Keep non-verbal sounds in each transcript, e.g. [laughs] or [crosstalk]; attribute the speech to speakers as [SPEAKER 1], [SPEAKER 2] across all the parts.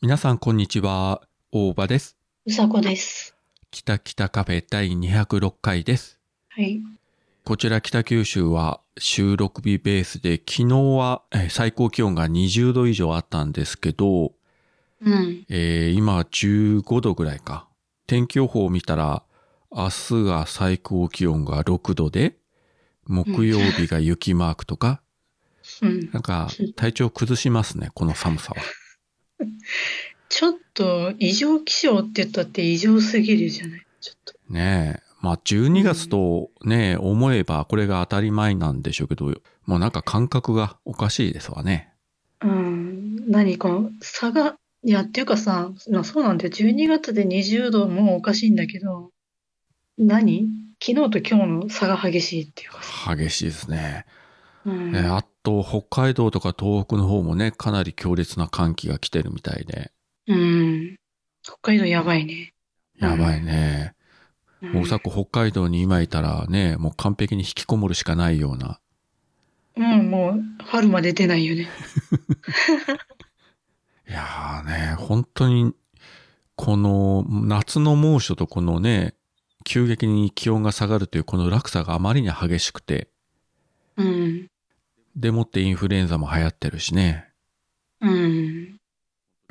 [SPEAKER 1] 皆さん、こんにちは。大場です。
[SPEAKER 2] うさこです。
[SPEAKER 1] 北北カフェ第206回です。
[SPEAKER 2] はい。
[SPEAKER 1] こちら北九州は収録日ベースで、昨日はえー最高気温が20度以上あったんですけど、
[SPEAKER 2] うん。
[SPEAKER 1] えー今は15度ぐらいか。天気予報を見たら、明日が最高気温が6度で、木曜日が雪マークとか、
[SPEAKER 2] うん。
[SPEAKER 1] なんか体調崩しますね、この寒さは。
[SPEAKER 2] ちょっと、異常気象って言ったって異常すぎるじゃないちょっと。
[SPEAKER 1] ねえ。まあ、12月とね、思えばこれが当たり前なんでしょうけど、もうなんか感覚がおかしいですわね。
[SPEAKER 2] うん。何この差が、いや、っていうかさ、まあそうなんだよ。12月で20度もおかしいんだけど、何昨日と今日の差が激しいっていうかさ。
[SPEAKER 1] 激しいですね。
[SPEAKER 2] うん。
[SPEAKER 1] えあと、北海道とか東北の方もね、かなり強烈な寒気が来てるみたいで。
[SPEAKER 2] うん。北海道やばいね。
[SPEAKER 1] やばいね。
[SPEAKER 2] うん
[SPEAKER 1] もうさっき北海道に今いたらね、もう完璧に引きこもるしかないような。
[SPEAKER 2] うん、もう、春まで出ないよね。
[SPEAKER 1] いやーね、本当に、この夏の猛暑とこのね、急激に気温が下がるというこの落差があまりに激しくて、
[SPEAKER 2] うん。
[SPEAKER 1] でもってインフルエンザも流行ってるしね。
[SPEAKER 2] うん。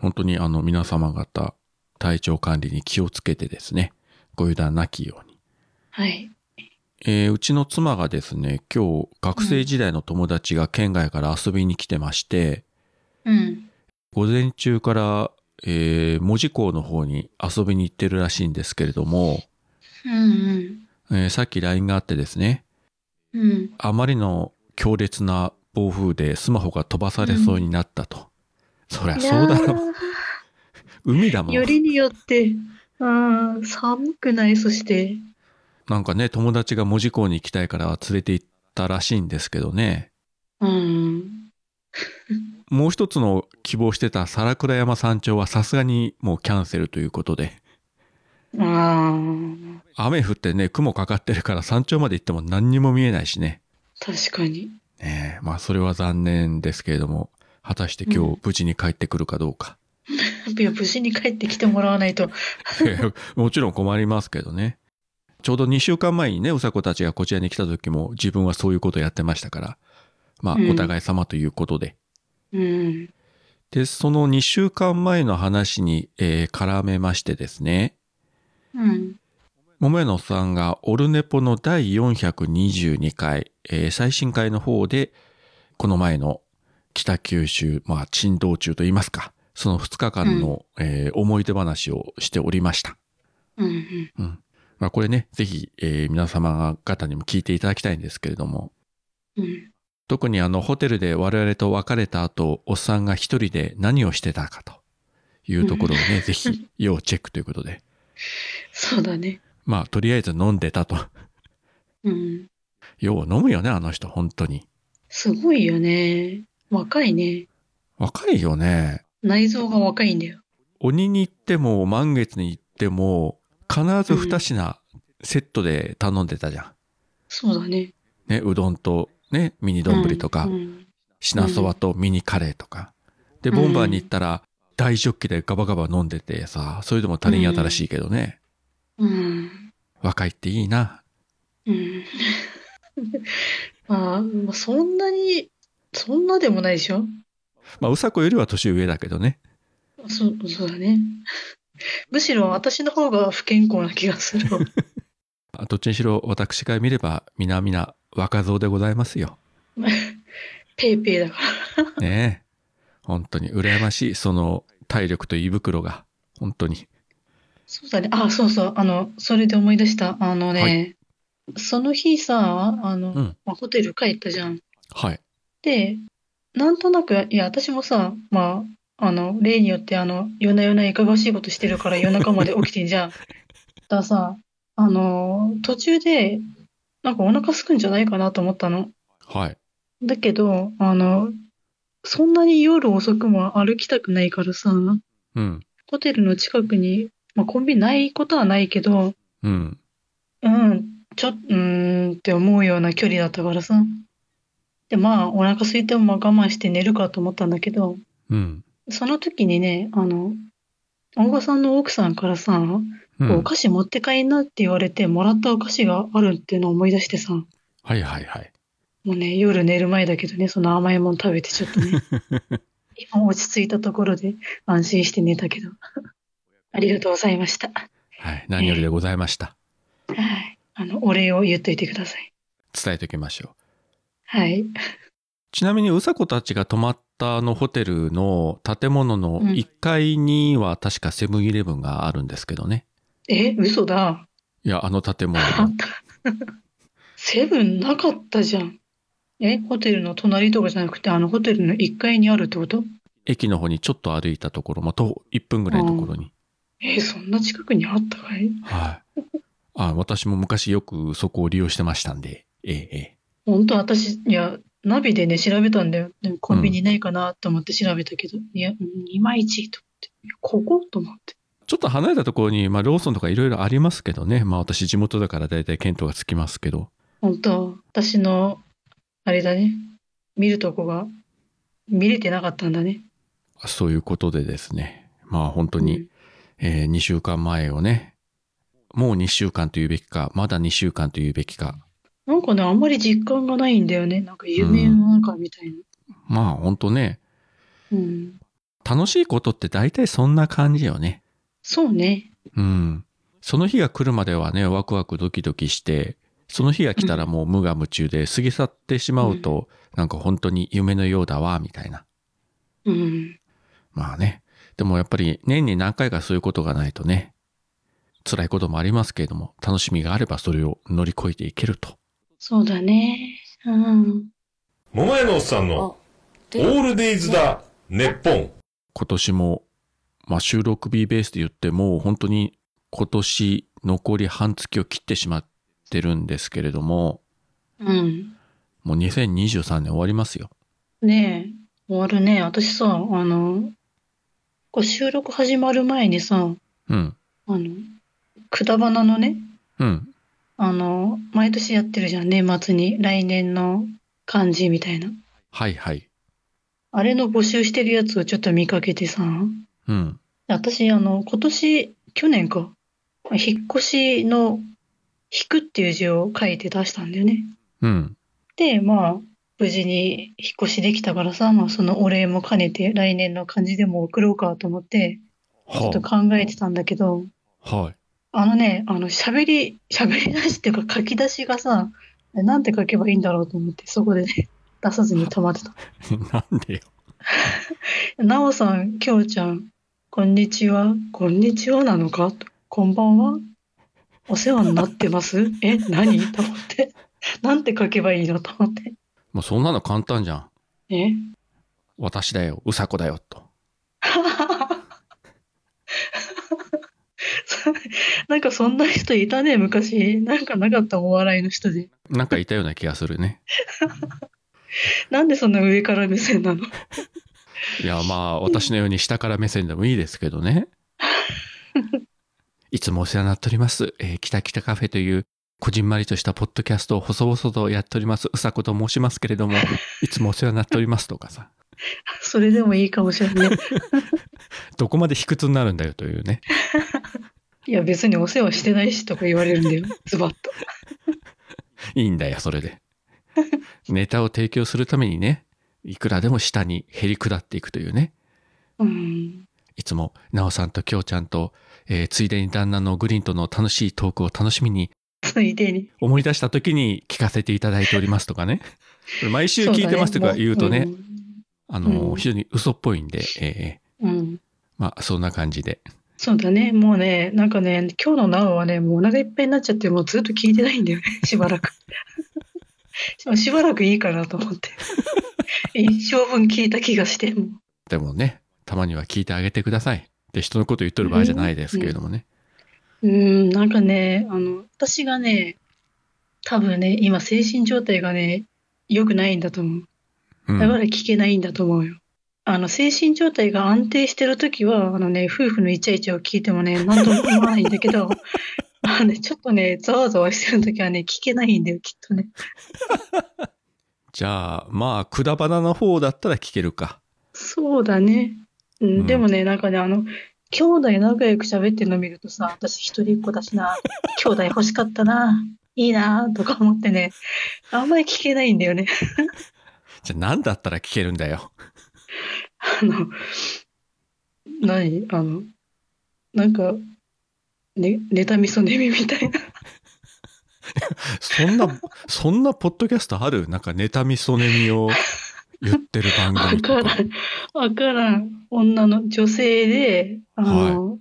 [SPEAKER 1] 本当にあの皆様方、体調管理に気をつけてですね、ご油断なきように。
[SPEAKER 2] はい。
[SPEAKER 1] えーうちの妻がですね、今日学生時代の友達が県外から遊びに来てまして、
[SPEAKER 2] うん。
[SPEAKER 1] 午前中から、えー門司港の方に遊びに行ってるらしいんですけれども、
[SPEAKER 2] うん
[SPEAKER 1] えーさっき LINE があってですね、
[SPEAKER 2] うん。うん。
[SPEAKER 1] あまりの強烈な暴風でスマホが飛ばされそうになったと。そりゃそうだ
[SPEAKER 2] いや
[SPEAKER 1] ろう。
[SPEAKER 2] ー
[SPEAKER 1] 海だもん。
[SPEAKER 2] よりによって、うん、寒くない、そして、
[SPEAKER 1] なんかね、友達が門司港に行きたいから連れて行ったらしいんですけどね。
[SPEAKER 2] うん、
[SPEAKER 1] もう一つの希望してた皿倉山山頂はさすがにもうキャンセルということで。
[SPEAKER 2] ああ、
[SPEAKER 1] 雨降ってね、雲かかってるから山頂まで行っても何にも見えないしね。
[SPEAKER 2] 確かに。
[SPEAKER 1] ねえまあそれは残念ですけれども、果たして今日無事に帰ってくるかどうか。 [laughs]
[SPEAKER 2] いや、無事に帰ってきてもらわないと。
[SPEAKER 1] もちろん困りますけどね。ちょうど2週間前にね、うさこたちがこちらに来た時も自分はそういうことやってましたから、まあ
[SPEAKER 2] うん
[SPEAKER 1] お互い様ということで。
[SPEAKER 2] うん、
[SPEAKER 1] で、その2週間前の話に、えー絡めましてですね、
[SPEAKER 2] うん、
[SPEAKER 1] 桃屋のおっさんがオルネポの第422回、えー最新回の方で、この前の北九州、まあ、沈道中といいますか、その2日間の、えー思い出話をしておりました。
[SPEAKER 2] うん、うん。
[SPEAKER 1] うん。まあ、これね、ぜひ、えー皆様方にも聞いていただきたいんですけれども、
[SPEAKER 2] うん
[SPEAKER 1] 特にあのホテルで我々と別れた後、おっさんが一人で何をしてたかというところをね、ぜひ要チェックということで。
[SPEAKER 2] そうだね。
[SPEAKER 1] まあ、とりあえず飲んでたと。 [laughs]
[SPEAKER 2] うん、
[SPEAKER 1] よう飲むよね、あの人、本当に。
[SPEAKER 2] すごいよね。若いね。
[SPEAKER 1] 若いよね。
[SPEAKER 2] 内臓が若いんだよ。
[SPEAKER 1] 鬼に行っても、満月に行っても、必ず二品セットで頼んでたじゃん。
[SPEAKER 2] そうだね。
[SPEAKER 1] ね、うどんと、ね、ミニ丼とか
[SPEAKER 2] う、ん
[SPEAKER 1] 品そばとミニカレーとか。で、ボンバーに行ったら、大ジョッキでガバガバ飲んでてさ、それでも他人新しいけどね。
[SPEAKER 2] うん、
[SPEAKER 1] 若いっていいな。
[SPEAKER 2] うん。 [laughs] まあ、まあそんなに、そんなでもないでしょ
[SPEAKER 1] まあ、うさこよりは年上だけどね。
[SPEAKER 2] そう、そうだね。むしろ私の方が不健康な気がする。
[SPEAKER 1] [laughs] あどっちにしろ私から見れば、みなみな若造でございますよ。
[SPEAKER 2] ペイペイだから。
[SPEAKER 1] ねえ。本当に羨ましい、その体力と胃袋が。本当に。
[SPEAKER 2] そうだね。あ、そうそう。あの、それで思い出した。あのね、
[SPEAKER 1] は
[SPEAKER 2] その日さ、あの、
[SPEAKER 1] うん
[SPEAKER 2] まあ、ホテル帰ったじゃん。
[SPEAKER 1] はい。
[SPEAKER 2] で、なんとなく、いや、私もさ、まあ、あの、例によって、あの、夜な夜ないかがわしいことしてるから夜中まで起きてん
[SPEAKER 1] [laughs]
[SPEAKER 2] じゃん。だからさ、あの、途中で、なんかお腹すくんじゃないかなと思ったの。
[SPEAKER 1] はい。
[SPEAKER 2] だけど、あの、そんなに夜遅くも歩きたくないからさ、
[SPEAKER 1] うん。
[SPEAKER 2] ホテルの近くに、まあ、コンビニないことはないけど、
[SPEAKER 1] うん。
[SPEAKER 2] うん、ちょっ、うーんって思うような距離だったからさ。で、まあ、お腹空いてもまあ我慢して寝るかと思ったんだけど、
[SPEAKER 1] うん。
[SPEAKER 2] その時にね、あの、大賀さんの奥さんからさ、
[SPEAKER 1] うん
[SPEAKER 2] お菓子持って帰んなって言われて、もらったお菓子があるっていうのを思い出してさ、も
[SPEAKER 1] はいはいはい。
[SPEAKER 2] うね、夜寝る前だけどね、その甘いもん食べてちょっとね、今落ち着いたところで安心して寝たけど、ありがとうございました。
[SPEAKER 1] はい。何よりでございました。
[SPEAKER 2] はい。あの、お礼を言っといてください。
[SPEAKER 1] 伝えておきましょう。
[SPEAKER 2] はい。
[SPEAKER 1] ちなみにうさ子たちが泊まったあのホテルの建物の1階には確かセブンイレブンがあるんですけどね。
[SPEAKER 2] え、嘘だ。
[SPEAKER 1] いや、あの建物
[SPEAKER 2] あ
[SPEAKER 1] の
[SPEAKER 2] った。セブンなかったじゃん。え、ホテルの隣とかじゃなくて、あの、ホテルの1階にあるってこと
[SPEAKER 1] 駅の方にちょっと歩いたところ、まあ、徒歩1分ぐらいのところに。
[SPEAKER 2] え、そんな近くにあったかい
[SPEAKER 1] はい。あ、私も昔よくそこを利用してましたんで。ええ、ええ。
[SPEAKER 2] 本当私、いや、ナビでね、調べたんだよ。でもコンビニないかなと思って調べたけど、いや、うんいまいちと思って。いやここと思って。
[SPEAKER 1] ちょっと離れたところに、まあ、ローソンとかいろいろありますけどね。まあ、私地元だから大体見当がつきますけど。
[SPEAKER 2] 本当私の、あれだね。見るとこが、見れてなかったんだね。
[SPEAKER 1] そういうことでですね。まあ、本当
[SPEAKER 2] う
[SPEAKER 1] に
[SPEAKER 2] ん、
[SPEAKER 1] え2週間前をね、もう2週間というべきか、まだ2週間というべきか、
[SPEAKER 2] なんかね、あんまり実感がないんだよね。なんか夢の中みたいな。
[SPEAKER 1] まあ本当ね、
[SPEAKER 2] うん。
[SPEAKER 1] 楽しいことって大体そんな感じよね。
[SPEAKER 2] そうね。
[SPEAKER 1] うん。その日が来るまではね、ワクワクドキドキして、その日が来たらもう無我夢中で過ぎ去ってしまうと、なんか本当に夢のようだわ、みたいな。
[SPEAKER 2] うん。
[SPEAKER 1] まあね。でもやっぱり年に何回かそういうことがないとね、辛いこともありますけれども、楽しみがあればそれを乗り越えていけると。
[SPEAKER 2] そうだね。うん。
[SPEAKER 3] 桃屋のおっさんの、オールデイズだ、ネッポン。
[SPEAKER 1] 今年も、まあ、収録日ベースで言ってもう本当に今年残り半月を切ってしまってるんですけれども
[SPEAKER 2] うん。
[SPEAKER 1] もう2023年終わりますよ。
[SPEAKER 2] ねえ、終わるね。私さ、あの、こう収録始まる前にさ、
[SPEAKER 1] うん。
[SPEAKER 2] あの、くだばなのね、
[SPEAKER 1] うん。
[SPEAKER 2] あの、毎年やってるじゃん、年末に。来年の漢字みたいな。
[SPEAKER 1] はいはい。
[SPEAKER 2] あれの募集してるやつをちょっと見かけてさ、
[SPEAKER 1] うん。
[SPEAKER 2] 私、あの、今年、去年か、引っ越しの、引くっていう字を書いて出したんだよね。
[SPEAKER 1] うん。
[SPEAKER 2] で、まあ、無事に引っ越しできたからさ、まあ、そのお礼も兼ねて、来年の漢字でも送ろうかと思って、ちょっと
[SPEAKER 1] は
[SPEAKER 2] 考えてたんだけど、
[SPEAKER 1] あ、はい。
[SPEAKER 2] あのね、あの、喋り、喋り出しっていうか書き出しがさ、なんて書けばいいんだろうと思って、そこでね、 [laughs] 出さずに溜まってた。
[SPEAKER 1] [laughs] なんでよ。
[SPEAKER 2] なおさん、きょうちゃん、こんにちは。こんにちはなのかこんばんはお世話になってますえ、何と思って。なんて書けばいいのと思って。
[SPEAKER 1] もうそんなの簡単じゃん。
[SPEAKER 2] え [laughs]
[SPEAKER 1] 私だよ。うさこだよ。と。
[SPEAKER 2] なんかそんな人いたね、昔。なんかなかったお笑いの人で。
[SPEAKER 1] なんかいたような気がするね。
[SPEAKER 2] なんでそんな上から目線なの [laughs]
[SPEAKER 1] いや、まあ、私のように下から目線でもいいですけどね。いつもお世話になっております。えー、きたきたカフェという、こじんまりとしたポッドキャストを細々とやっております。うさこと申しますけれども、いつもお世話になっておりますとかさ、
[SPEAKER 2] それでもいいかもしれない。
[SPEAKER 1] どこまで卑屈になるんだよというね。
[SPEAKER 2] いや、別にお世話してないしとか言われるんだ [laughs] よ。ズバッと。
[SPEAKER 1] いいんだよ、それで。ネタを提供するためにね、いくらでも下に減り下っていくというね。
[SPEAKER 2] うん。
[SPEAKER 1] いつも、なおさんときょうちゃんと、えーついでに旦那のグリーンとの楽しいトークを楽しみに、
[SPEAKER 2] ついでに。
[SPEAKER 1] 思い出した時に聞かせていただいておりますとか [laughs] ねこれ毎週聞いてますとか言うとね
[SPEAKER 2] も
[SPEAKER 1] あの、
[SPEAKER 2] うん
[SPEAKER 1] 非常に嘘っぽいんで、えー
[SPEAKER 2] う。うん。うん
[SPEAKER 1] まあそんな感じで
[SPEAKER 2] そうだね。もうね、なんかね、今日のなおはね、もうお腹いっぱいになっちゃって、もうずっと聞いてないんだよ [laughs] ね。しばらく。しばらくいいかなと思って。 [laughs] 一生分聞いた気がして、もう
[SPEAKER 1] でもねたまには聞いてあげてくださいで人のこと言っとる場合じゃないですけれどもね、
[SPEAKER 2] うーん、なんかね、あの、私がね、多分ね、今精神状態がね、良くないんだと思う。
[SPEAKER 1] うん
[SPEAKER 2] だから聞けないんだと思うよ。あの、精神状態が安定してるときは、あのね、夫婦のイチャイチャを聞いてもね、何とも思わないんだけ [laughs] ど、あのね、ちょっとね、ざわざわしてるときはね、聞けないんだよ、きっとね。
[SPEAKER 1] じゃあまあくだばなの方だったら聞けるか
[SPEAKER 2] そうだね。うん、でもね、なんかね、あの、兄弟仲良く喋ってるの見るとさ、私一人っ子だし [laughs] な、兄弟欲しかったな、いいな、とか思ってね、あんまり聞けないんだよね。
[SPEAKER 1] じゃあ何だったら聞けるんだよ。
[SPEAKER 2] あの、何あの、なんか、ね、ネタミソネミみたいな。
[SPEAKER 1] そ [laughs] んな、そんなポッドキャストあるなんか妬みそねみを言ってる番
[SPEAKER 2] わ
[SPEAKER 1] 組と
[SPEAKER 2] か
[SPEAKER 1] か。
[SPEAKER 2] らん、わからん。女の女性で、あの、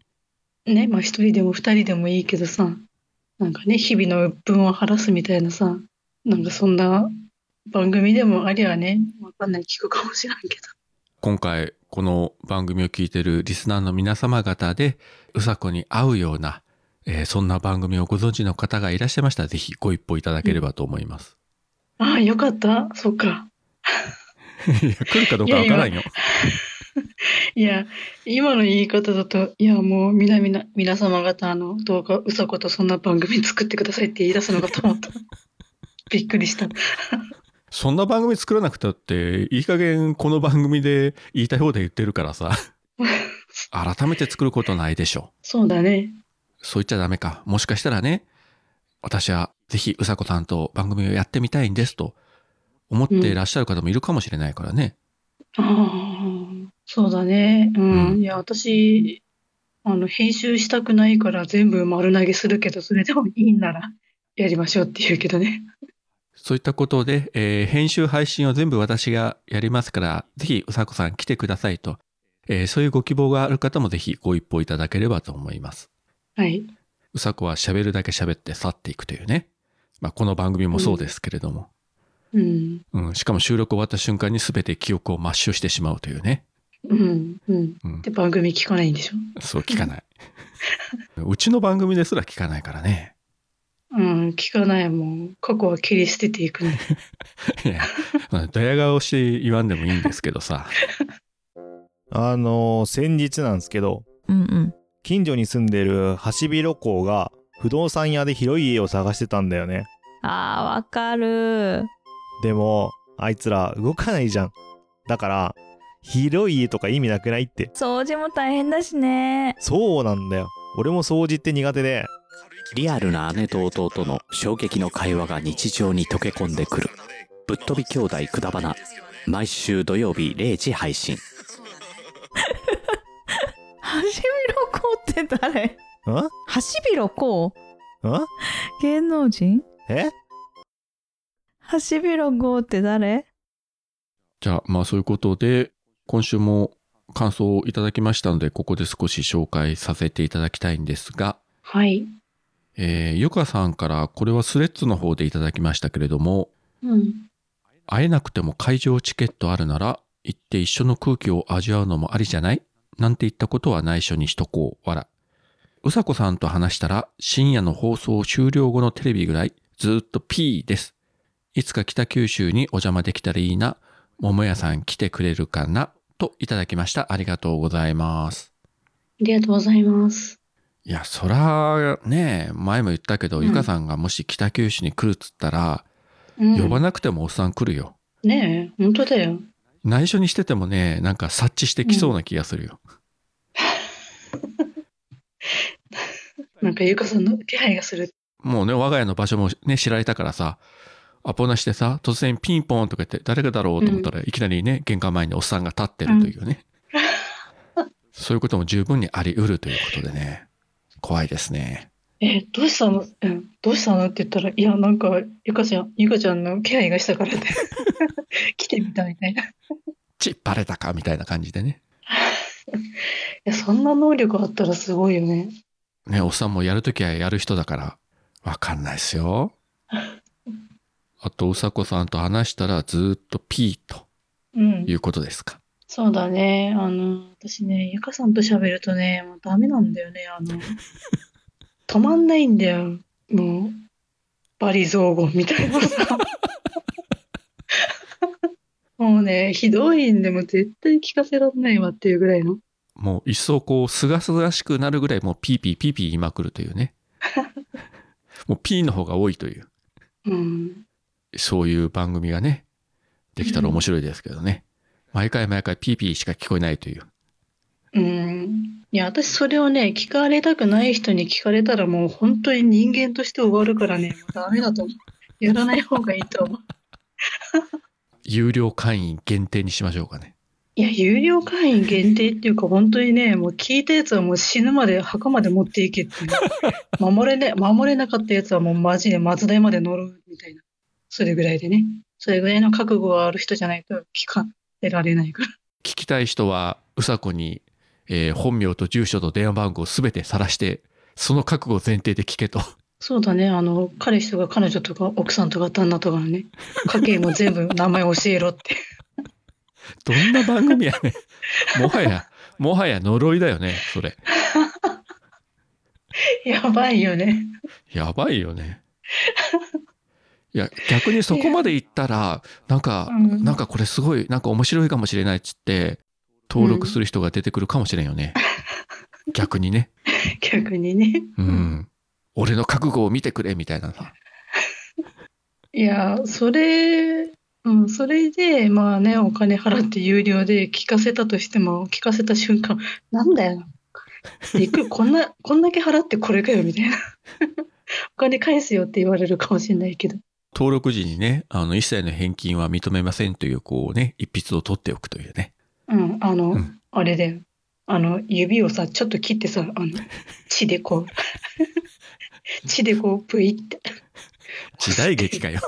[SPEAKER 2] ね、まあ一人でも二人でもいいけどさ、なんかね、日々の鬱憤を晴らすみたいなさ、なんかそんな番組でもありゃね、わかんない、聞くかもしらんけ
[SPEAKER 1] 今回この番組を聞いてるリスナーの皆様方でうさこに合うような、えーそんな番組をご存知の方がいらっしゃいましたらぜひご一報いただければと思います、
[SPEAKER 2] ど。ああ、よかった。そっか。
[SPEAKER 1] [laughs] いや来るかどうかわからんよ
[SPEAKER 2] いや、今の言い方だと、いや、もう、みなみな、皆様方、あの、どうか、うさことそんな番組作ってくださいって言い出すのかと思った。 [laughs] びっくりした。
[SPEAKER 1] そんな番組作らなくたっていい加減この番組で言いたい放題言ってるからさ改めて作ることないでしょ
[SPEAKER 2] そうだね。
[SPEAKER 1] そう言っちゃダメかもしかしたらね私はぜひうさこさんと番組をやってみたいんですと思っていらっしゃる方もいるかもしれないからね、
[SPEAKER 2] ああ、そうだね。うん。
[SPEAKER 1] うん
[SPEAKER 2] いや、私、あの、編集したくないから全部丸投げするけど、それでもいいんなら、やりましょうって言うけどね。
[SPEAKER 1] そういったことで、えー編集配信を全部私がやりますから、ぜひうさこさん来てくださいと、えーそういうご希望がある方もぜひご一報いただければと思います。
[SPEAKER 2] はい。
[SPEAKER 1] うさこは喋るだけ喋って去っていくというね。まあ、この番組もそうですけれども。
[SPEAKER 2] うん。
[SPEAKER 1] うん、しかも収録終わった瞬間に全て記憶を抹消してしまうというね。
[SPEAKER 2] うん。うん。
[SPEAKER 1] うん
[SPEAKER 2] で、、番組聞かないんでしょ
[SPEAKER 1] そう聞かない。 [laughs] うちの番組ですら聞かないからね。 [laughs]
[SPEAKER 2] うん、聞かないもん。過去は切り捨ててい [laughs] くね。
[SPEAKER 1] いやまあドヤ顔して言わんでもいいんですけどさ。
[SPEAKER 4] あのー先日なんですけど
[SPEAKER 5] うんうん。
[SPEAKER 4] 近所に住んでるハシビロコウが不動産屋で広い家を探してたんだよね
[SPEAKER 5] あー、わかる。
[SPEAKER 4] でもあいつら動かないじゃんだから広い家とか意味なくないって
[SPEAKER 5] 掃除も大変だしね。
[SPEAKER 4] そうなんだよ俺も掃除って苦手で
[SPEAKER 6] リアルな姉と弟の衝撃の会話が日常に溶け込んでくる「ぶっ飛び兄弟くだばな」
[SPEAKER 7] 毎週土曜日0時配信
[SPEAKER 5] [laughs] はしびろこうって誰
[SPEAKER 4] んん
[SPEAKER 5] はしびろこう芸能人
[SPEAKER 4] え
[SPEAKER 1] [laughs]
[SPEAKER 5] はしびろこうって誰
[SPEAKER 1] じゃあ、まあそういうことで、今週も感想をいただきましたので、ここで少し紹介させていただきたいんですが、
[SPEAKER 2] はい。
[SPEAKER 1] えー、ゆかさんから、これはスレッズの方でいただきましたけれども、
[SPEAKER 2] うん。
[SPEAKER 1] 会えなくても会場チケットあるなら、行って一緒の空気を味わうのもありじゃないなんて言ったことは内緒にしとこう、わら。うさこさんと話したら、深夜の放送終了後のテレビぐらい、ずーっと P です。いつか北九州にお邪魔できたらいいな。桃屋さん来てくれるかなといただきました。ありがとうございます。
[SPEAKER 2] ありがとうございます。
[SPEAKER 1] いや、そら、ね前も言ったけど、
[SPEAKER 2] うん
[SPEAKER 1] ゆかさんがもし北九州に来るっつったら、
[SPEAKER 2] うん、
[SPEAKER 1] 呼ばなくてもおっさん来るよ。
[SPEAKER 2] ねえ、本当だよ。
[SPEAKER 1] 内緒にしててもねなんか察知してきそうな気がするよ、
[SPEAKER 2] なんか、ゆかさんの気配がする。
[SPEAKER 1] もうね我が家の場所もね知られたからさアポなしでさ突然ピンポンとか言って誰がだろうと思ったら、いきなりね玄関前におっさんが立ってるというね、そういうことも十分にあり得るということでね怖いですね
[SPEAKER 2] え、どうしたのうん、どうしたのって言ったら、いや、なんか、ゆかちゃん、ゆかちゃんの気配がしたからって。 [laughs] 来てみたみたいな。い
[SPEAKER 1] ちバレたかみたいな感じでね
[SPEAKER 2] や、そんな能力あったらすごいよね。
[SPEAKER 1] ねおっさんもやるときはやる人だからわかんないっす [laughs] よあとうさこさんと話したらずーっとピーと
[SPEAKER 2] うん
[SPEAKER 1] い。うことですか
[SPEAKER 2] そうだね。あの、私ね、ゆかさんと喋るとね、もうダメなんだよね。あの、止まんないんだよ。もう、バリ雑言みたいなさ。もうね、ひどいんでもう絶対聞かせられないわっていうぐらいの。
[SPEAKER 1] もう一層こう、すがすがしくなるぐらいもうピーピーピーピー言いまくるというね。もうピーの方が多いという、
[SPEAKER 2] うん。
[SPEAKER 1] そういう番組がね、できたら面白いですけどね。毎回毎回ピーピーしか聞こえないという。
[SPEAKER 2] いや、私それをね、聞かれたくない人に聞かれたらもう本当に人間として終わるからね、もうダメだと思う。やらない方がいいと思う。
[SPEAKER 1] 有料会員限定にしましょうかね。
[SPEAKER 2] いや、有料会員限定っていうか、本当に [laughs] ね、もう聞いたやつはもう死ぬまで墓まで持っていけっていう。守れね、守れなかったやつはもうマジで松代まで乗るみたいな。それぐらいでね。それぐらいの覚悟がある人じゃないと聞かれられないから。
[SPEAKER 1] 聞きたい人は、うさこに、えー本名と住所と電話番号すべて晒して、その覚悟を前提で聞けと。
[SPEAKER 2] そうだね、あの、彼氏とか彼女とか奥さんとか旦那とかのね、家計も全部名前教えろって。 [laughs]
[SPEAKER 1] どんな番組やねん。もはや、もはや呪いだよね、それ。
[SPEAKER 2] やばいよね。
[SPEAKER 1] やばいよね。いや、逆にそこまで行ったら、なんか、
[SPEAKER 2] うん
[SPEAKER 1] なんかこれすごい、なんか面白いかもしれないっつって、登録する人が出てくるかもしれんよね。逆にね。
[SPEAKER 2] 逆にね。
[SPEAKER 1] うん。俺の覚悟を見てくれ、みたいなさ。
[SPEAKER 2] いや、それ、うん、それで、まあね、お金払って有料で聞かせたとしても、聞かせた瞬間、なんだよ。いくこんな、 [laughs] こんだけ払ってこれかよ、みたいな。 [laughs] お金返すよって言われるかもしれないけど。
[SPEAKER 1] 登録時にね、あの、一切の返金は認めませんという、こうね、一筆を取っておくというね。
[SPEAKER 2] うん、あの、
[SPEAKER 1] うん
[SPEAKER 2] あれだよ。あの、指をさ、ちょっと切ってさ、あの、血で
[SPEAKER 1] [laughs]
[SPEAKER 2] こう、血でこう、ぷいって。
[SPEAKER 1] 時代劇かよ。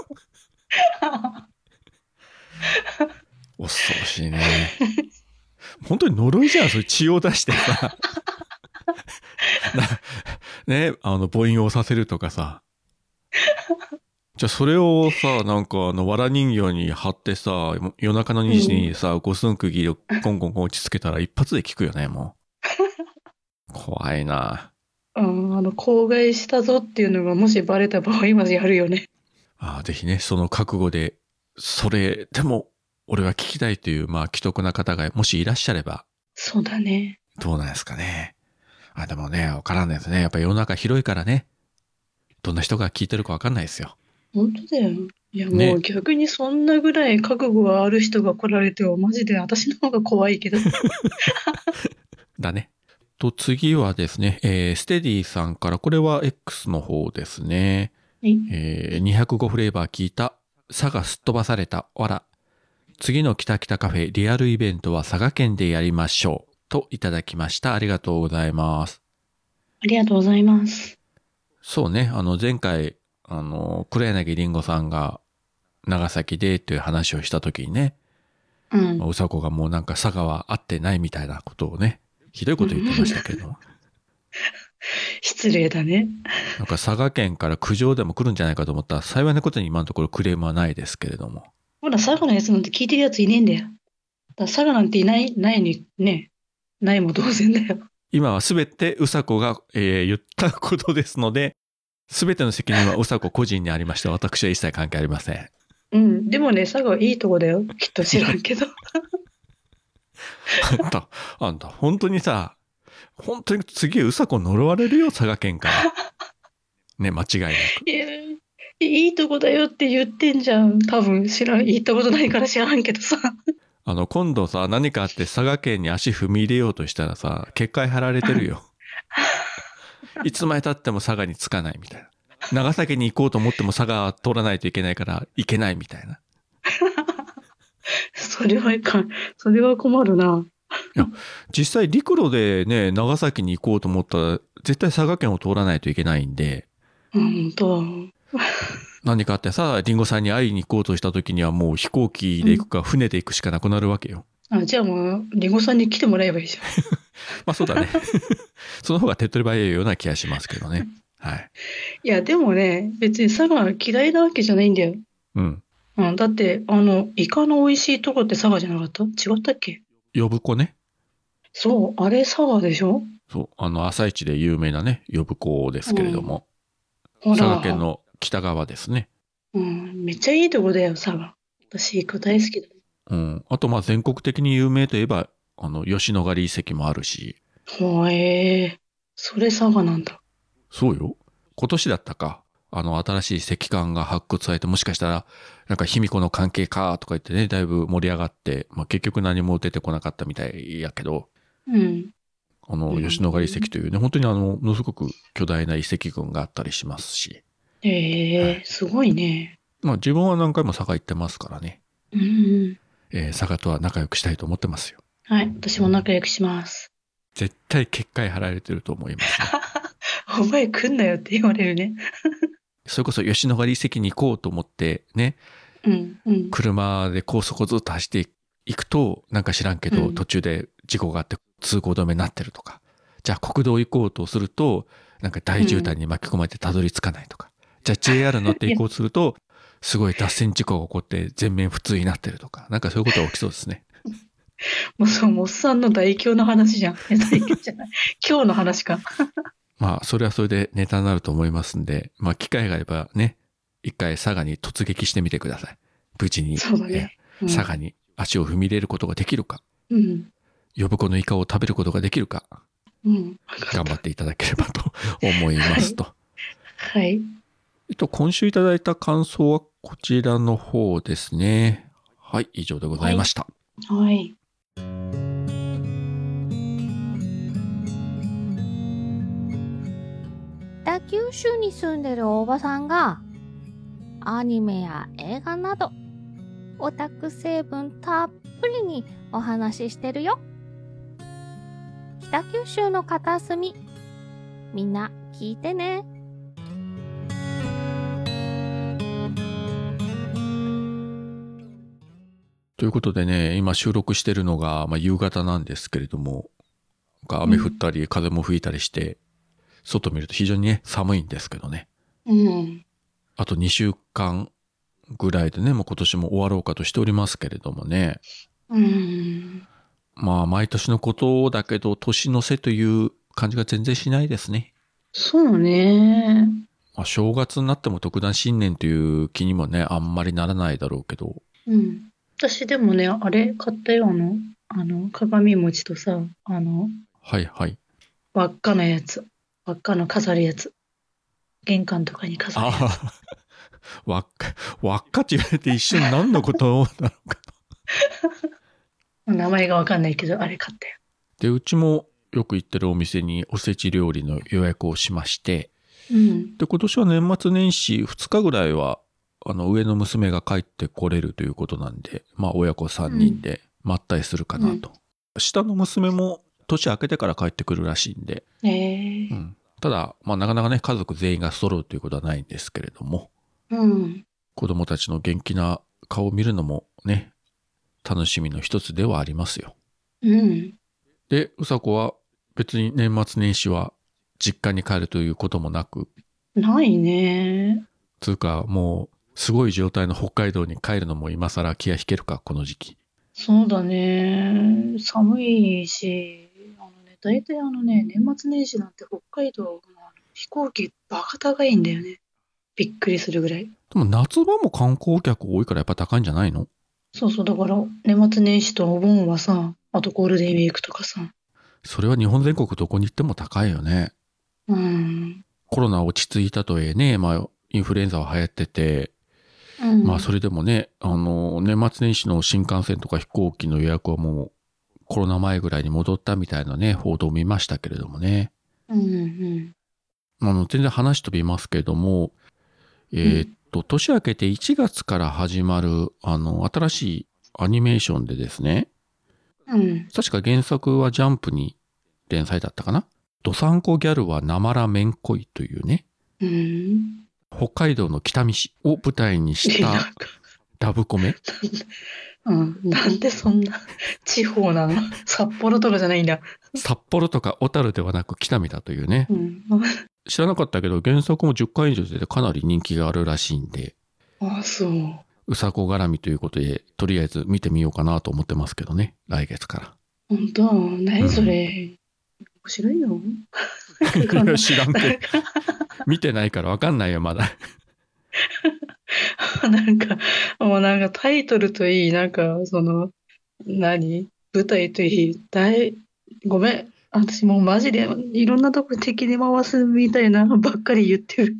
[SPEAKER 1] 恐ろしいね。本当に呪いじゃん、それ血を出してさ。なね、あの、母音をさせるとかさ。じゃあそれをさ、なんかあの、藁人形に貼ってさ、夜中の2時にさ、五寸釘をコンコンコン落ち着けたら一発で効くよね、もう。怖いな。
[SPEAKER 2] うん、あの、口外したぞっていうのが、もしバレた場合、今やるよね。
[SPEAKER 1] ああ、ぜひね、その覚悟で、それ、でも、俺は聞きたいという、まあ、既得な方が、もしいらっしゃれば、
[SPEAKER 2] そうだね。
[SPEAKER 1] どうなんですかね。あ、でもね、わからんですね。やっぱ世の中広いからね。どんな人が聞いてるかわかんないですよ。
[SPEAKER 2] 本当だよ。いや、
[SPEAKER 1] ね
[SPEAKER 2] もう逆にそんなぐらい覚悟がある人が来られては、マジで私の方が怖い
[SPEAKER 1] [laughs]
[SPEAKER 2] けど。
[SPEAKER 1] だね。と、次はですね、えー、ステディさんから、これは X の方ですね。
[SPEAKER 2] はい
[SPEAKER 1] えー205フレーバー聞いた、佐賀すっ飛ばされた、わら。次の北北カフェリアルイベントは佐賀県でやりましょう。といただきました。ありがとうございます。
[SPEAKER 2] ありがとうございます。
[SPEAKER 1] そうね、あの前回、あの、黒柳りんごさんが長崎でという話をした時にね、
[SPEAKER 2] うん
[SPEAKER 1] まあ。うさこがもうなんか佐賀は会ってないみたいなことをね、ひどいこと言ってました
[SPEAKER 2] [laughs]
[SPEAKER 1] けど、
[SPEAKER 2] 失礼だね。
[SPEAKER 1] なんか佐賀県から苦情でも来るんじゃないかと思ったら、幸いなことに今のところクレームはないですけれども。
[SPEAKER 2] ほら、佐賀のやつなんて聞いてるやついねえんだよ。だから佐賀なんていない、ないに、ね、ないも同然だよ。
[SPEAKER 1] 今はすべてうさこが、えー言ったことですので、すべての責任はうさこ個人にありまして、私は一切関係ありません。
[SPEAKER 2] うん、でもね、佐賀いいとこだよ。きっと知ら
[SPEAKER 1] [laughs]
[SPEAKER 2] んけど。
[SPEAKER 1] あんた、あんた、本当にさ、本当に次うさこ呪われるよ、佐賀県から。 [laughs] ね、間違いなく。
[SPEAKER 2] いやいいとこだよって言ってんじゃん。多分知らん、行ったことないから知らんけどさ。 [laughs]
[SPEAKER 1] あの、今度さ、何かあって佐賀県に足踏み入れようとしたらさ、結界張られてるよ。 [laughs] いつまで経っても佐賀に着かないみたいな。長崎に行こうと思っても佐賀通らないといけないから行けないみたいな。
[SPEAKER 2] それはいかん。それは困るな。
[SPEAKER 1] 実際陸路でね、長崎に行こうと思ったら、絶対佐賀県を通らないといけないんで、
[SPEAKER 2] うん、とは。
[SPEAKER 1] 何かあってさ、リンゴさんに会いに行こうとした時にはもう飛行機で行くか船で行くしかなくなるわけ
[SPEAKER 2] [laughs]
[SPEAKER 1] よ。
[SPEAKER 2] あじゃあもう、リンゴさんに来てもらえばいいじゃん。
[SPEAKER 1] まあそうだね。 [laughs] その方が手っ取り早いような気がしますけどね。はい。
[SPEAKER 2] いや、でもね、別に佐賀嫌いなわけじゃないんだよ。
[SPEAKER 1] うん。
[SPEAKER 2] うん、だって、あの、イカの美味しいとこって佐賀じゃなかった違ったっけ
[SPEAKER 1] 呼子ね。
[SPEAKER 2] そう、あれ佐賀でしょ
[SPEAKER 1] そう。あの、朝市で有名なね、呼子ですけれども、
[SPEAKER 2] ほら。
[SPEAKER 1] 佐賀県の北側ですね。
[SPEAKER 2] うん、めっちゃいいとこだよ、佐賀。私、行く大好きだ。
[SPEAKER 1] うん。あと、まあ全国的に有名といえば、あの、吉野ヶ里遺跡もあるし、
[SPEAKER 2] ほえー、それ佐賀なんだ。
[SPEAKER 1] そうよ。今年だったか。あの、新しい石棺が発掘されて、もしかしたら、なんか、卑弥呼の関係か、とか言ってね、だいぶ盛り上がって、まあ、結局何も出てこなかったみたいやけど、
[SPEAKER 2] うん。
[SPEAKER 1] あの、
[SPEAKER 2] うん
[SPEAKER 1] 吉野ヶ里遺跡というね、本当にあの、ものすごく巨大な遺跡群があったりしますし、
[SPEAKER 2] ええ
[SPEAKER 1] はい
[SPEAKER 2] すごいね。
[SPEAKER 1] まあ自分は何回も佐賀行ってますからね、
[SPEAKER 2] うんうん。
[SPEAKER 1] えー佐賀とは仲良くしたいと思ってますよ。
[SPEAKER 2] はい、私も仲良くします。
[SPEAKER 1] 絶対結界張られてると思いますね、
[SPEAKER 2] [laughs] お前来んなよって言われるね。
[SPEAKER 1] それこそ吉野ヶ里遺跡に行こうと思ってね、
[SPEAKER 2] うんうん。
[SPEAKER 1] 車で高速をずっと走っていくと、なんか知らんけど、
[SPEAKER 2] うん
[SPEAKER 1] 途中で事故があって通行止めになってるとか、じゃあ国道行こうとすると、なんか大渋滞に巻き込まれてたどり着かないとか、じゃあ JR 乗って行こうとすると、すごい脱線事故が起こって全面不通になってるとか、なんかそういうことが起きそうですね。
[SPEAKER 2] もうそう、もうおっさんの大凶の話 [laughs] じゃん。え大凶じゃない。今日の話か。
[SPEAKER 1] まあ、それはそれでネタになると思いますんで、まあ、機会があればね、一回佐賀に突撃してみてください。無事に、
[SPEAKER 2] そうだね。
[SPEAKER 1] え
[SPEAKER 2] うん、
[SPEAKER 1] 佐賀に足を踏み入れることができるか、
[SPEAKER 2] うん。
[SPEAKER 1] 呼子のイカを食べることができるか、
[SPEAKER 2] うん。わか
[SPEAKER 1] 頑
[SPEAKER 2] った
[SPEAKER 1] 張っていただければと [laughs] 思いますと。
[SPEAKER 2] はい。
[SPEAKER 1] えっと、今週いただいた感想はこちらの方ですね。はい、以上でございました。
[SPEAKER 2] はい。
[SPEAKER 8] 北九州に住んでるおばさんが、アニメや映画など、オタク成分たっぷりにお話ししてるよ。北九州の片隅、みんな聞いてね。
[SPEAKER 1] ということでね、今収録してるのが、まあ、夕方なんですけれども、なんか雨降ったり風も吹いたりして、外見ると非常にね、寒いんですけどね。
[SPEAKER 2] うん。
[SPEAKER 1] あと2週間ぐらいでね、もう今年も終わろうかとしておりますけれどもね。
[SPEAKER 2] うん。
[SPEAKER 1] まあ、毎年のことだけど、年の瀬という感じが全然しないですね。
[SPEAKER 2] そうね。
[SPEAKER 1] まあ、正月になっても特段新年という気にもね、あんまりならないだろうけど、
[SPEAKER 2] うん。私でもね、あれ買ったよ、あの、あの、鏡餅とさ、あの、
[SPEAKER 1] はいはい。
[SPEAKER 2] 輪っかのやつ。輪っかの飾るやつ。玄関とかに飾るやつ。
[SPEAKER 1] ああ、輪っか、輪っかって言われて一瞬何のことなのか。
[SPEAKER 2] 名前がわかんないけど、あれ買ったよ。
[SPEAKER 1] で、うちもよく行ってるお店におせち料理の予約をしまして、
[SPEAKER 2] うん。
[SPEAKER 1] で、今年は年末年始2日ぐらいは、あの、上の娘が帰ってこれるということなんで、まあ、親子3人でまったりするかなと。下の娘も年明けてから帰ってくるらしいんで、
[SPEAKER 2] ええ
[SPEAKER 1] うん、ただ、まあ、なかなかね、家族全員が揃うということはないんですけれども、
[SPEAKER 2] うん。
[SPEAKER 1] 子供たちの元気な顔を見るのもね、楽しみの一つではありますよ。
[SPEAKER 2] うん。
[SPEAKER 1] で、うさこは別に年末年始は実家に帰るということもなく、
[SPEAKER 2] ないね。
[SPEAKER 1] つうかもうすごい状態の北海道に帰るのも今更気が引けるか、この時期。
[SPEAKER 2] そうだね。寒いし、あのね、大体あのね、年末年始なんて北海道の飛行機バカ高いんだよね。びっくりするぐらい。
[SPEAKER 1] でも夏場も観光客多いからやっぱ高いんじゃないの
[SPEAKER 2] そうそう、だから年末年始とお盆はさ、あとゴールデンウィークとかさ。
[SPEAKER 1] それは日本全国どこに行っても高いよね。
[SPEAKER 2] うん。
[SPEAKER 1] コロナ落ち着いたとえね、まあインフルエンザは流行ってて、
[SPEAKER 2] うん、
[SPEAKER 1] まあそれでもね、あの、年末年始の新幹線とか飛行機の予約はもうコロナ前ぐらいに戻ったみたいなね、報道を見ましたけれどもね。
[SPEAKER 2] うんうん。
[SPEAKER 1] あの、全然話飛びますけれども、えーっと、年明けて1月から始まる、あの、新しいアニメーションでですね、
[SPEAKER 2] うん。
[SPEAKER 1] 確か原作はジャンプに連載だったかな。ドサンコギャルはなまらめんこいというね、
[SPEAKER 2] うん。
[SPEAKER 1] 北海道の北見市を舞台に
[SPEAKER 2] [laughs]
[SPEAKER 1] し
[SPEAKER 2] な
[SPEAKER 1] た
[SPEAKER 2] んか
[SPEAKER 1] ラブコ
[SPEAKER 2] [laughs]
[SPEAKER 1] メ。
[SPEAKER 2] うん、なんでそんな地方なの札幌とかじゃないんだ。
[SPEAKER 1] 札幌とか小樽ではなく北見だというね
[SPEAKER 2] う。ん。
[SPEAKER 1] 知らなかったけど原作も10巻以上出てかなり人気があるらしいんで、
[SPEAKER 2] ああ、そう。
[SPEAKER 1] うさこ絡みということで、とりあえず見てみようかなと思ってますけどね。来月か
[SPEAKER 2] 本当何それ。面白いよ。なんか
[SPEAKER 1] ら。
[SPEAKER 2] あ
[SPEAKER 1] い
[SPEAKER 2] の
[SPEAKER 1] や [laughs] 知らんけど。見てないからわかんないよ、まだ。
[SPEAKER 2] [laughs] なんか、もうなんかタイトルといい、なんか、その、何舞台といい、大、ごめん。私もうマジでいろんなとこ敵で回すみたいなのばっかり言ってる。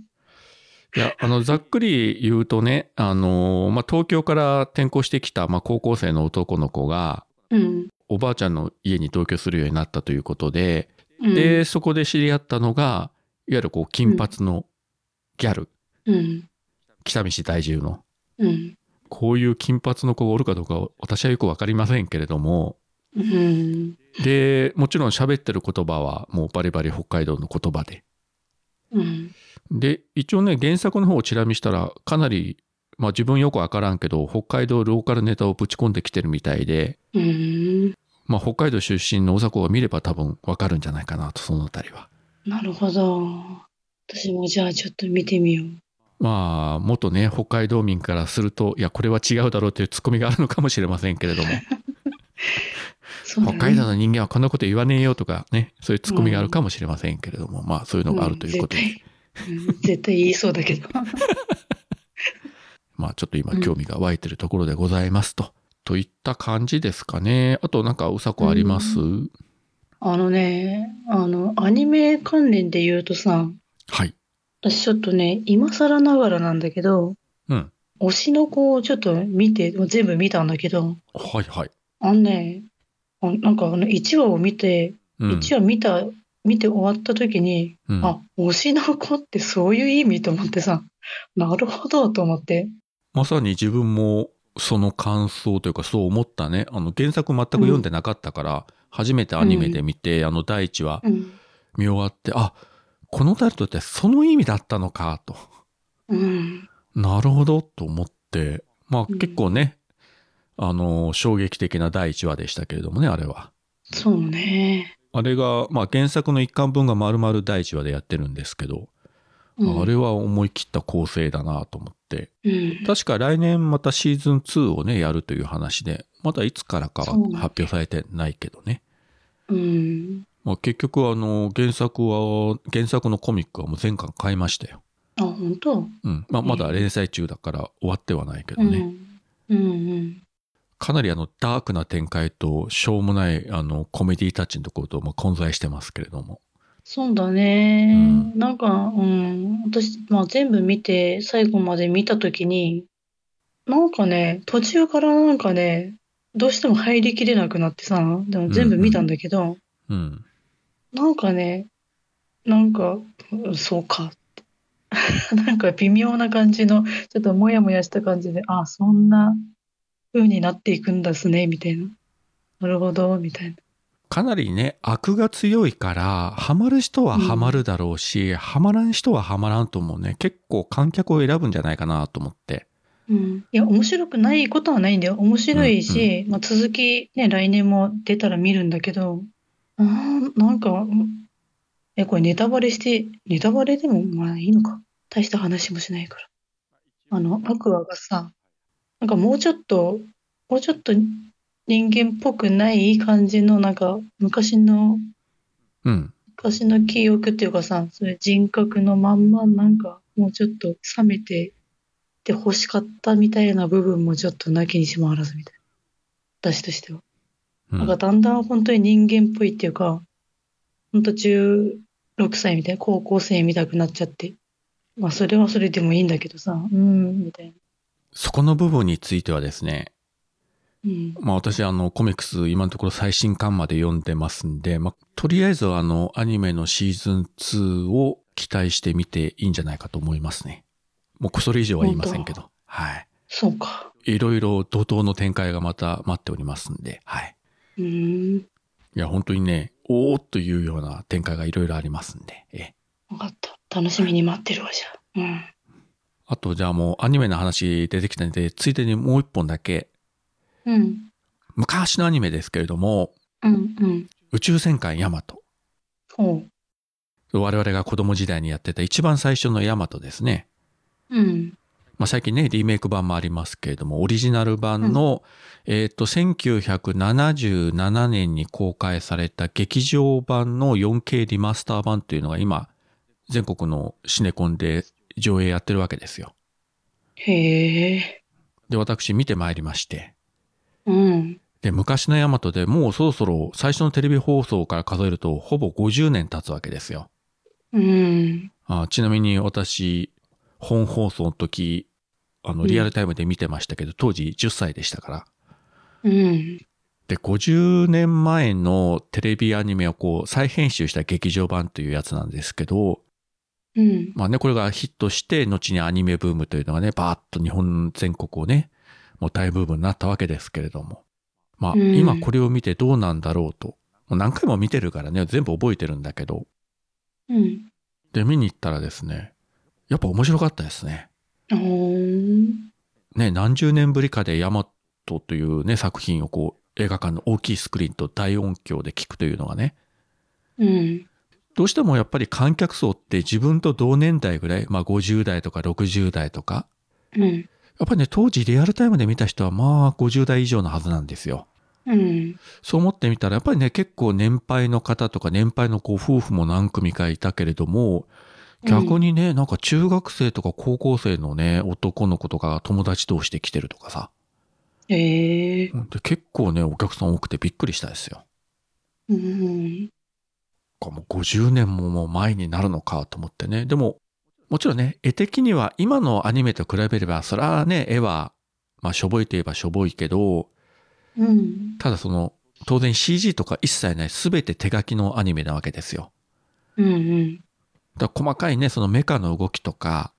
[SPEAKER 1] いや、あの、ざっくり言うとね、あのーまあ、東京から転校してきた、まあ、高校生の男の子が、
[SPEAKER 2] うん。
[SPEAKER 1] おばあちゃんの家に同居するようになったということで、
[SPEAKER 2] うん
[SPEAKER 1] で、そこで知り合ったのが、いわゆるこう、金髪のギャル、
[SPEAKER 2] うん。
[SPEAKER 1] 北見市在住の、
[SPEAKER 2] うん。
[SPEAKER 1] こういう金髪の子がおるかどうか私はよくわかりませんけれども、
[SPEAKER 2] うん。
[SPEAKER 1] で、もちろん喋ってる言葉はもうバリバリ北海道の言葉で。
[SPEAKER 2] うん。
[SPEAKER 1] で、一応ね、原作の方をチラ見したら、かなり、まあ自分よくわからんけど、北海道ローカルネタをぶち込んできてるみたいで、
[SPEAKER 2] うん。
[SPEAKER 1] まあ北海道出身の大迫が見れば多分わかるんじゃないかなと、そのあたりは。
[SPEAKER 2] なるほど。私もじゃあちょっと見てみよう。
[SPEAKER 1] まあ、元ね、北海道民からすると、いや、これは違うだろうというツッコミがあるのかもしれませんけれども、
[SPEAKER 2] そう
[SPEAKER 1] 北
[SPEAKER 2] だね
[SPEAKER 1] 海道の人間はこんなこと言わねえよとかね、そういうツッコミがあるかもしれませんけれども、まあ、そういうのがあるということで、
[SPEAKER 2] ん絶対うん絶対言いそうだけど。
[SPEAKER 1] まあ、ちょっと今
[SPEAKER 2] う、ん
[SPEAKER 1] 興味が湧いてるところでございますと。といった感じですかね。あと、なんか、うさこあります、
[SPEAKER 2] あのね、あの、アニメ関連で言うとさ、
[SPEAKER 1] はい。
[SPEAKER 2] 私ちょっとね、今更ながらなんだけど、
[SPEAKER 1] うん
[SPEAKER 2] 推しの子をちょっと見て、もう全部見たんだけど、
[SPEAKER 1] はいはい。
[SPEAKER 2] あのね、あなんかあの1話を見て、
[SPEAKER 1] うん。
[SPEAKER 2] 1話見た、見て終わった時に、
[SPEAKER 1] うん
[SPEAKER 2] あ、推しの子ってそういう意味と思ってさ、なるほどと思って。
[SPEAKER 1] まさに自分もその感想というかそう思ったね。あの原作全く読んでなかったから、初めてアニメで見て、あの第一話
[SPEAKER 2] うん。
[SPEAKER 1] 見終わって、あ、このタイトルってその意味だったのかと。
[SPEAKER 2] うん。
[SPEAKER 1] なるほどと思って、まあ
[SPEAKER 2] うん
[SPEAKER 1] 結構ね、あの、衝撃的な第一話でしたけれどもね、あれは。
[SPEAKER 2] そうね。
[SPEAKER 1] あれが、まあ原作の一巻分が丸々第一話でやってるんですけど、
[SPEAKER 2] うん
[SPEAKER 1] あれは思い切った構成だなと思って。
[SPEAKER 2] うん。
[SPEAKER 1] 確か来年またシーズン2をね、やるという話で、まだいつからかは
[SPEAKER 2] そうなんだ
[SPEAKER 1] 発表されてないけどね。
[SPEAKER 2] うん。
[SPEAKER 1] まあ、結局あの、原作は、原作のコミックはもう全巻買いましたよ。
[SPEAKER 2] あ、本当
[SPEAKER 1] うん。まあ、まだ連載中だから終わってはないけどね。
[SPEAKER 2] うん。うん
[SPEAKER 1] かなりあの、ダークな展開と、しょうもないあの、コメディタッチのところと、まあ、混在してますけれども。
[SPEAKER 2] そうだね。
[SPEAKER 1] う
[SPEAKER 2] なんか、うん、私、まあ、全部見て、最後まで見たときに、なんかね、途中からなんかね、どうしても入りきれなくなってさ、でも全部見たんだけど、
[SPEAKER 1] うん。
[SPEAKER 2] なんかね、なんか、うんそうか [laughs] って。なんか微妙な感じの、ちょっともやもやした感じで、あ、そんな風になっていくんですね、みたいな。なるほど、みたいな。
[SPEAKER 1] かなりね、悪が強いから、ハマる人はハマるだろうし、ハマらん人はハマらんと思うね。結構観客を選ぶんじゃないかなと思って。
[SPEAKER 2] うん、いや、面白くないことはないんだよ。面白いし、まあ、続き、ね、来年も出たら見るんだけど、あーなんか、うんえ、これネタバレして、ネタバレでも、まあいいのか。大した話もしないから。あの、アクアがさ、なんかもうちょっと、もうちょっと人間っぽくない感じの、なんか、昔の、
[SPEAKER 1] うん。
[SPEAKER 2] 昔の記憶っていうかさ、それ人格のまんまなんか、もうちょっと冷めてって欲しかったみたいな部分もちょっとなきにしもあらずみたいな。私としては。
[SPEAKER 1] うん
[SPEAKER 2] なんかだんだん本当に人間っぽいっていうか、本当16歳みたいな、高校生みたくなっちゃって。まあそれはそれでもいいんだけどさ、うん、みたいな。
[SPEAKER 1] そこの部分についてはですね、
[SPEAKER 2] うん。
[SPEAKER 1] まあ私あのコミックス今のところ最新巻まで読んでますんで、まあとりあえずはあのアニメのシーズン2を期待してみていいんじゃないかと思いますね。もうそれ以上は言いませんけど、はい。
[SPEAKER 2] そうか。
[SPEAKER 1] いろいろ怒涛の展開がまた待っておりますんで、はい。
[SPEAKER 2] うん。
[SPEAKER 1] いや本当にね、おーっというような展開がいろいろありますんで、え。
[SPEAKER 2] わかった。楽しみに待ってるわ、じゃあ。うん。
[SPEAKER 1] あとじゃあもうアニメの話出てきたんで、ついでにもう一本だけ、
[SPEAKER 2] うん。
[SPEAKER 1] 昔のアニメですけれども、
[SPEAKER 2] うん。うん。
[SPEAKER 1] 宇宙戦艦ヤマト。
[SPEAKER 2] ほう。
[SPEAKER 1] 我々が子供時代にやってた一番最初のヤマトですね。
[SPEAKER 2] うん。
[SPEAKER 1] まあ、最近ね、リメイク版もありますけれども、オリジナル版の、えっ、と、1977年に公開された劇場版の 4K リマスター版というのが今、全国のシネコンで上映やってるわけですよ。
[SPEAKER 2] へえ。
[SPEAKER 1] で、私見てまいりまして。
[SPEAKER 2] うん。
[SPEAKER 1] で、昔のヤマトでもうそろそろ最初のテレビ放送から数えると、ほぼ50年経つわけですよ。
[SPEAKER 2] うん。
[SPEAKER 1] あちなみに私、本放送の時、あの、
[SPEAKER 2] うん
[SPEAKER 1] リアルタイムで見てましたけど、当時10歳でしたから、
[SPEAKER 2] うん。
[SPEAKER 1] で、50年前のテレビアニメをこう再編集した劇場版というやつなんですけど、
[SPEAKER 2] うん。
[SPEAKER 1] まあね、これがヒットして、後にアニメブームというのがね、バーッと日本全国をね、もう大ブームになったわけですけれども。まあ、
[SPEAKER 2] うん
[SPEAKER 1] 今これを見てどうなんだろうと。もう何回も見てるからね、全部覚えてるんだけど。
[SPEAKER 2] うん。
[SPEAKER 1] で、見に行ったらですね、やっぱ面白かったですね。
[SPEAKER 2] ほーん。
[SPEAKER 1] ね、何十年ぶりかでヤマトというね、作品をこう、映画館の大きいスクリーンと大音響で聞くというのがね、
[SPEAKER 2] うん。
[SPEAKER 1] どうしてもやっぱり観客層って自分と同年代ぐらい、まあ50代とか60代とか、
[SPEAKER 2] うん。
[SPEAKER 1] やっぱりね、当時リアルタイムで見た人はまあ50代以上のはずなんですよ。
[SPEAKER 2] うん。
[SPEAKER 1] そう思ってみたら、やっぱりね、結構年配の方とか年配のご夫婦も何組かいたけれども、逆にね、なんか中学生とか高校生のね、男の子とか友達同士で来てるとかさ。
[SPEAKER 2] ええ
[SPEAKER 1] で結構ね、お客さん多くてびっくりしたですよ。
[SPEAKER 2] うん。
[SPEAKER 1] こうもう50年ももう前になるのかと思ってね。でも、もちろんね、絵的には今のアニメと比べれば、そらね、絵は、まあ、しょぼいといえばしょぼいけど、
[SPEAKER 2] うん。
[SPEAKER 1] ただその、当然 CG とか一切ない、すべて手書きのアニメなわけですよ。
[SPEAKER 2] うん。うん。
[SPEAKER 1] だから細かいね、そのメカの動きとか、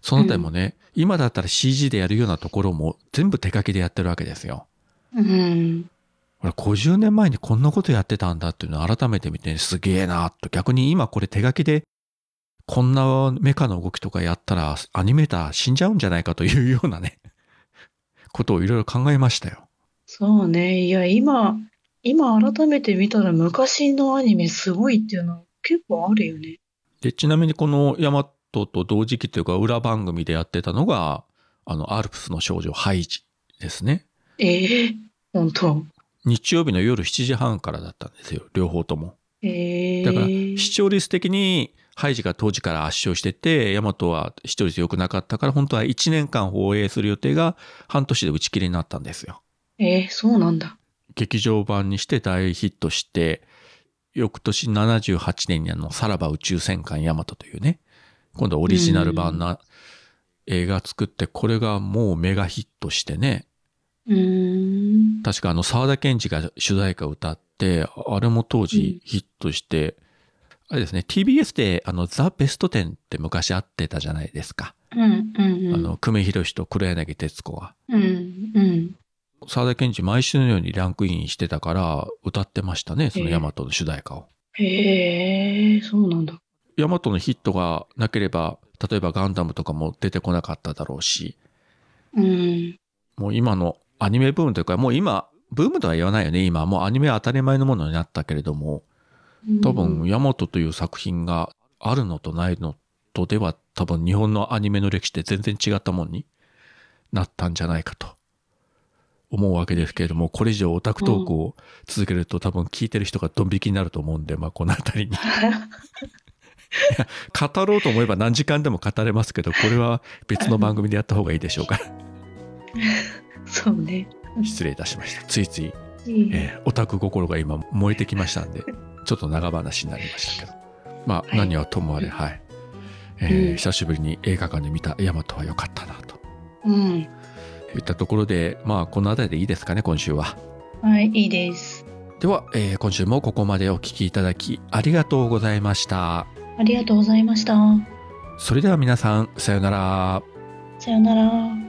[SPEAKER 1] そのあたりもね、今だったら CG でやるようなところも全部手書きでやってるわけですよ。
[SPEAKER 2] うん。
[SPEAKER 1] 俺50年前にこんなことやってたんだっていうのを改めて見て、すげえなと。逆に今これ手書きで、こんなメカの動きとかやったらアニメーター死んじゃうんじゃないかというようなね、 [laughs] ことをいろいろ考えましたよ。
[SPEAKER 2] そうね。いや、今、今改めて見たら昔のアニメすごいっていうの結構あるよね。
[SPEAKER 1] で、ちなみにこのヤマトと同時期というか裏番組でやってたのが、あの、アルプスの少女ハイジですね。
[SPEAKER 2] ええ本当。
[SPEAKER 1] 日曜日の夜7時半からだったんですよ、両方とも。
[SPEAKER 2] ええ
[SPEAKER 1] だから視聴率的にハイジが当時から圧勝してて、ヤマトは視聴率良くなかったから、本当は1年間放映する予定が半年で打ち切りになったんですよ。
[SPEAKER 2] ええそうなんだ。
[SPEAKER 1] 劇場版にして大ヒットして、翌年78年にあの、さらば宇宙戦艦ヤマトというね、今度はオリジナル版な映画作って、これがもうメガヒットしてね、
[SPEAKER 2] うーん。
[SPEAKER 1] 確かあの沢田研二が主題歌を歌ってあれも当時ヒットして、あれですね TBS であの「ザ・ベストテン」って昔あってたじゃないですか、
[SPEAKER 2] うん、うん、うん。
[SPEAKER 1] あの久米宏と黒柳徹子が
[SPEAKER 2] うん、うん。
[SPEAKER 1] 沢田研二毎週のようにランクインしてたから歌ってましたねその「
[SPEAKER 2] ええ
[SPEAKER 1] ヤマトの主題歌を。
[SPEAKER 2] へえ、そうなんだ。
[SPEAKER 1] ヤマトのヒットがなければ例えば「ガンダム」とかも出てこなかっただろうし
[SPEAKER 2] うん。
[SPEAKER 1] もう今のアニメブームというかもう今ブームとは言わないよね今もうアニメは当たり前のものになったけれども多分、ヤマトという作品があるのとないのとでは、多分日本のアニメの歴史って全然違ったもんになったんじゃないかと思うわけですけれども、これ以上オタクトークを続けると多分聞いてる人がドン引きになると思うんで、まあこのあたりに。いや語ろうと思えば何時間でも語れますけど、これは別の番組でやった方がいいでしょうか。
[SPEAKER 2] そうね。
[SPEAKER 1] 失礼いたしました。ついつい、
[SPEAKER 2] うん
[SPEAKER 1] えーオタク心が今燃えてきましたんで、ちょっと長話になりましたけど。まあ、
[SPEAKER 2] い
[SPEAKER 1] 何はともあれ、はい。えー
[SPEAKER 2] うん
[SPEAKER 1] 久しぶりに映画館で見たヤマトは良かったな、と
[SPEAKER 2] うん。
[SPEAKER 1] いったところで、まあ、この辺りでいいですかね、今週は。
[SPEAKER 2] はい、いいです。
[SPEAKER 1] では、えー今週もここまでお聞きいただき、ありがとうございました。
[SPEAKER 2] ありがとうございました。
[SPEAKER 1] それでは皆さん、さようなら。
[SPEAKER 2] さよなら。